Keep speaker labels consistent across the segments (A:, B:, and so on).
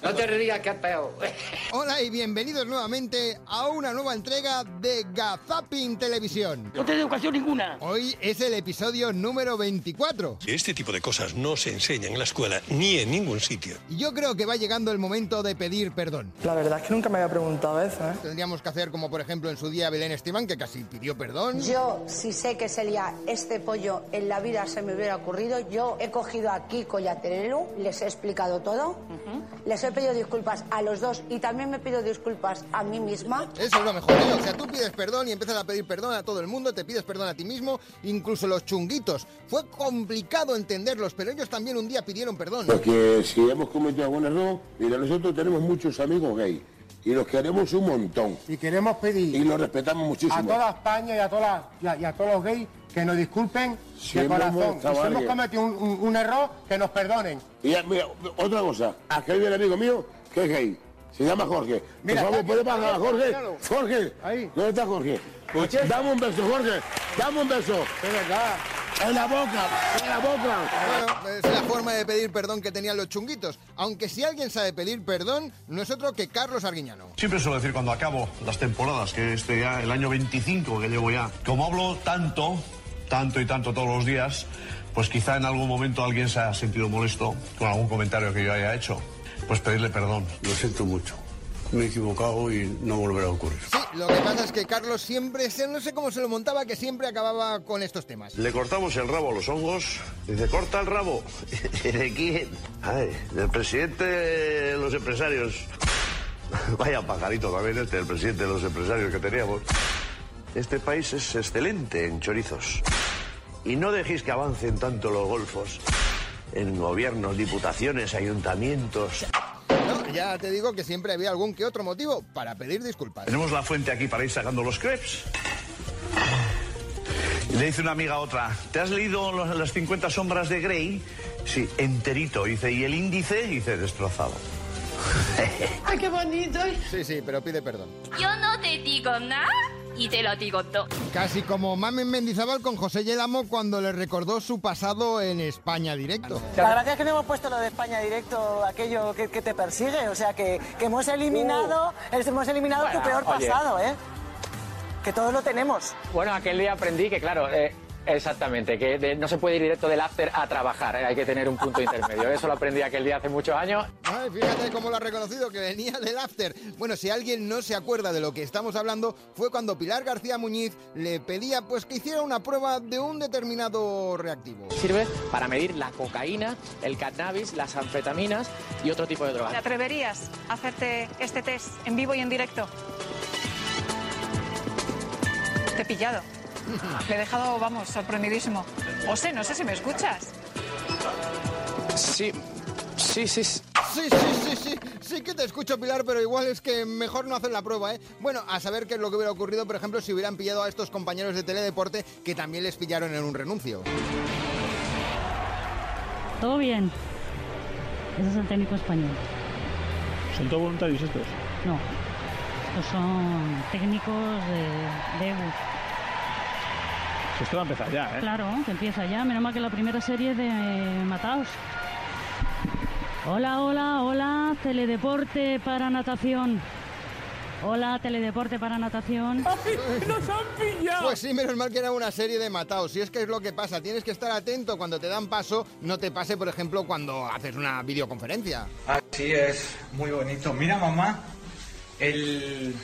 A: No te rías, que es peor.
B: Hola y bienvenidos nuevamente a una nueva entrega de Gazapin Televisión.
A: No tengo educación ninguna.
B: Hoy es el episodio número 24
C: Este tipo de cosas no se enseñan en la escuela ni en ningún sitio.
B: y yo creo que va llegando el momento de pedir perdón.
D: La verdad es que nunca me había preguntado eso, ¿eh?
B: Tendríamos que hacer como por ejemplo en su día Belén Esteban que casi pidió perdón.
E: Yo, si sé que sería este pollo en la vida se me hubiera ocurrido, yo he cogido a Kiko y a Terelu, les he explicado todo, les he pedido disculpas a los dos y también me pido disculpas a mí misma.
B: Eso es lo mejor. ¿eh? O sea, tú pides perdón y empiezas a pedir perdón a todo el mundo, te pides perdón a ti mismo, incluso los chunguitos. Fue complicado entenderlos, pero ellos también un día pidieron perdón.
F: Porque si hemos cometido algún error, mira, nosotros tenemos muchos amigos gay y los queremos un montón
G: Y queremos
F: y
G: pedir
F: los respetamos
G: a
F: muchísimo.
G: toda España y a, todas las- y a, y a todos los gays que nos disculpen
F: Si
G: de
F: hemos
G: corazón.
F: molestado
G: Y
F: a
G: si hemos
F: alguien.
G: cometido un, un- un error, que nos perdonen.
F: Y ya, mira, otra cosa, aquí hay un amigo mío que es gay, se llama Jorge.
G: Mira,
F: Por favor,
G: está
F: ¿puedes
G: aquí,
F: bajar a Jorge?
G: míralo.
F: Jorge,
G: Ahí.
F: ¿dónde está Jorge?
G: Jorge.
F: Dame un beso, Jorge, dame un beso.
G: Es verdad.
F: En la boca, en la boca.
B: Bueno, es la forma de pedir perdón que tenían los chunguitos. Aunque si alguien sabe pedir perdón, no es otro que Carlos Arguiñano.
H: Siempre suelo decir cuando acabo las temporadas, que este ya el año 25 que llevo ya, como hablo tanto, tanto y tanto todos los días, pues quizá en algún momento alguien se ha sentido molesto con algún comentario que yo haya hecho, pues pedirle perdón.
I: Lo siento mucho. Me he equivocado y no volverá a ocurrir.
B: Sí, lo que pasa es que Carlos siempre, se- no sé cómo se lo montaba, que siempre acababa con estos temas.
H: Le cortamos el rabo a los hongos. Dice, corta el rabo. ¿De quién? Ay, del presidente de los empresarios. Vaya pajarito también este, el presidente de los empresarios que teníamos. Este país es excelente en chorizos. Y no dejéis que avancen tanto los golfos. En gobiernos, diputaciones, ayuntamientos.
B: No, ya te digo que siempre había algún que otro motivo para pedir disculpas.
H: Tenemos la fuente aquí para ir sacando los crepes. Y Le dice una amiga a otra, ¿te has leído los- las 50 sombras de Grey? Sí, enterito. Dice, ¿y el índice? Dice, destrozado.
B: Sí, sí, pero pide perdón.
J: Yo no te digo nada y te lo digo todo.
B: Casi como Mamen Mendizábal con José Yelamo cuando le recordó su pasado en España directo.
D: La verdad es que no hemos puesto lo de España directo, aquello que, que te persigue. O sea, que, que hemos eliminado,
A: Uh.
D: hemos eliminado tu peor pasado, ¿eh? Que todos lo tenemos.
A: Bueno, aquel día aprendí que, claro, eh, exactamente, que de- no se puede ir directo del after a trabajar, eh, hay que tener un punto intermedio. Eso lo aprendí aquel día hace muchos años.
B: Ay, fíjate cómo lo ha reconocido, que venía del after. Bueno, si alguien no se acuerda de lo que estamos hablando, fue cuando Pilar García Muñiz le pedía pues que hiciera una prueba de un determinado reactivo.
A: Sirve para medir la cocaína, el cannabis, las anfetaminas y otro tipo de drogas.
E: atreverías a hacerte este test en vivo y en directo? Te he pillado. Le he dejado, vamos, sorprendidísimo. O sé, no sé si me escuchas.
A: Sí, sí, sí. sí.
B: Sí, sí, sí, sí, sí que te escucho, Pilar, pero igual es que mejor no hacer la prueba, ¿eh? Bueno, a saber qué es lo que hubiera ocurrido, por ejemplo, si hubieran pillado a estos compañeros de teledeporte que también les pillaron en un renuncio.
J: Todo bien. Ese es el técnico español.
I: ¿Son todos voluntarios estos?
J: No. Estos son técnicos de, de EBU.
I: Esto va a empezar ya, ¿eh?
J: Claro, que empieza ya. Menos mal que la primera serie es de Mataos. Hola, hola, hola. Teledeporte para natación. Hola, teledeporte para natación.
B: Pues sí, menos mal que era una serie de mataos. Si es que es lo que pasa, tienes que estar atento cuando te dan paso, no te pase, por ejemplo, cuando haces una videoconferencia.
A: Así es, muy bonito. Mira, mamá, el.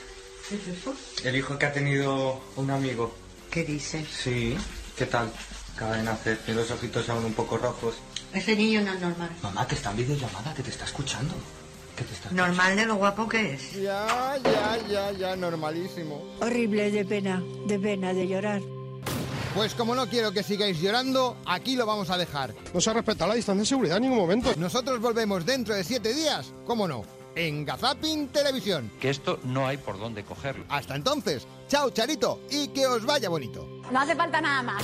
A: El hijo que ha tenido un amigo.
E: ¿Qué dices?
A: Sí, ¿qué tal? Acaba de nacer, tiene los ojitos aún un poco rojos.
E: Ese niño no es normal.
A: Mamá, que está en videollamada, que te está escuchando. Que te está
E: Normal de lo guapo que es.
B: Ya, ya, ya, ya, normalísimo.
E: Horrible de pena, de pena, de llorar.
B: Pues como no quiero que sigáis llorando, aquí lo vamos a dejar.
G: No se ha respetado la distancia de seguridad en ningún momento.
B: Nosotros volvemos dentro de siete días, ¿cómo no? En Gazapin Televisión.
A: Que esto no hay por dónde cogerlo.
B: Hasta entonces, chao Charito y que os vaya bonito.
E: No hace falta nada más.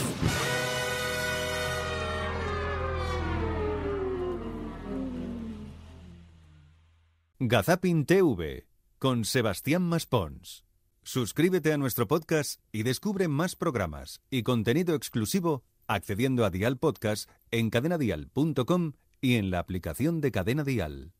K: Gazapin TV, con Sebastián Maspons. Suscríbete a nuestro podcast y descubre más programas y contenido exclusivo accediendo a Dial Podcast en cadenadial.com y en la aplicación de Cadena Dial.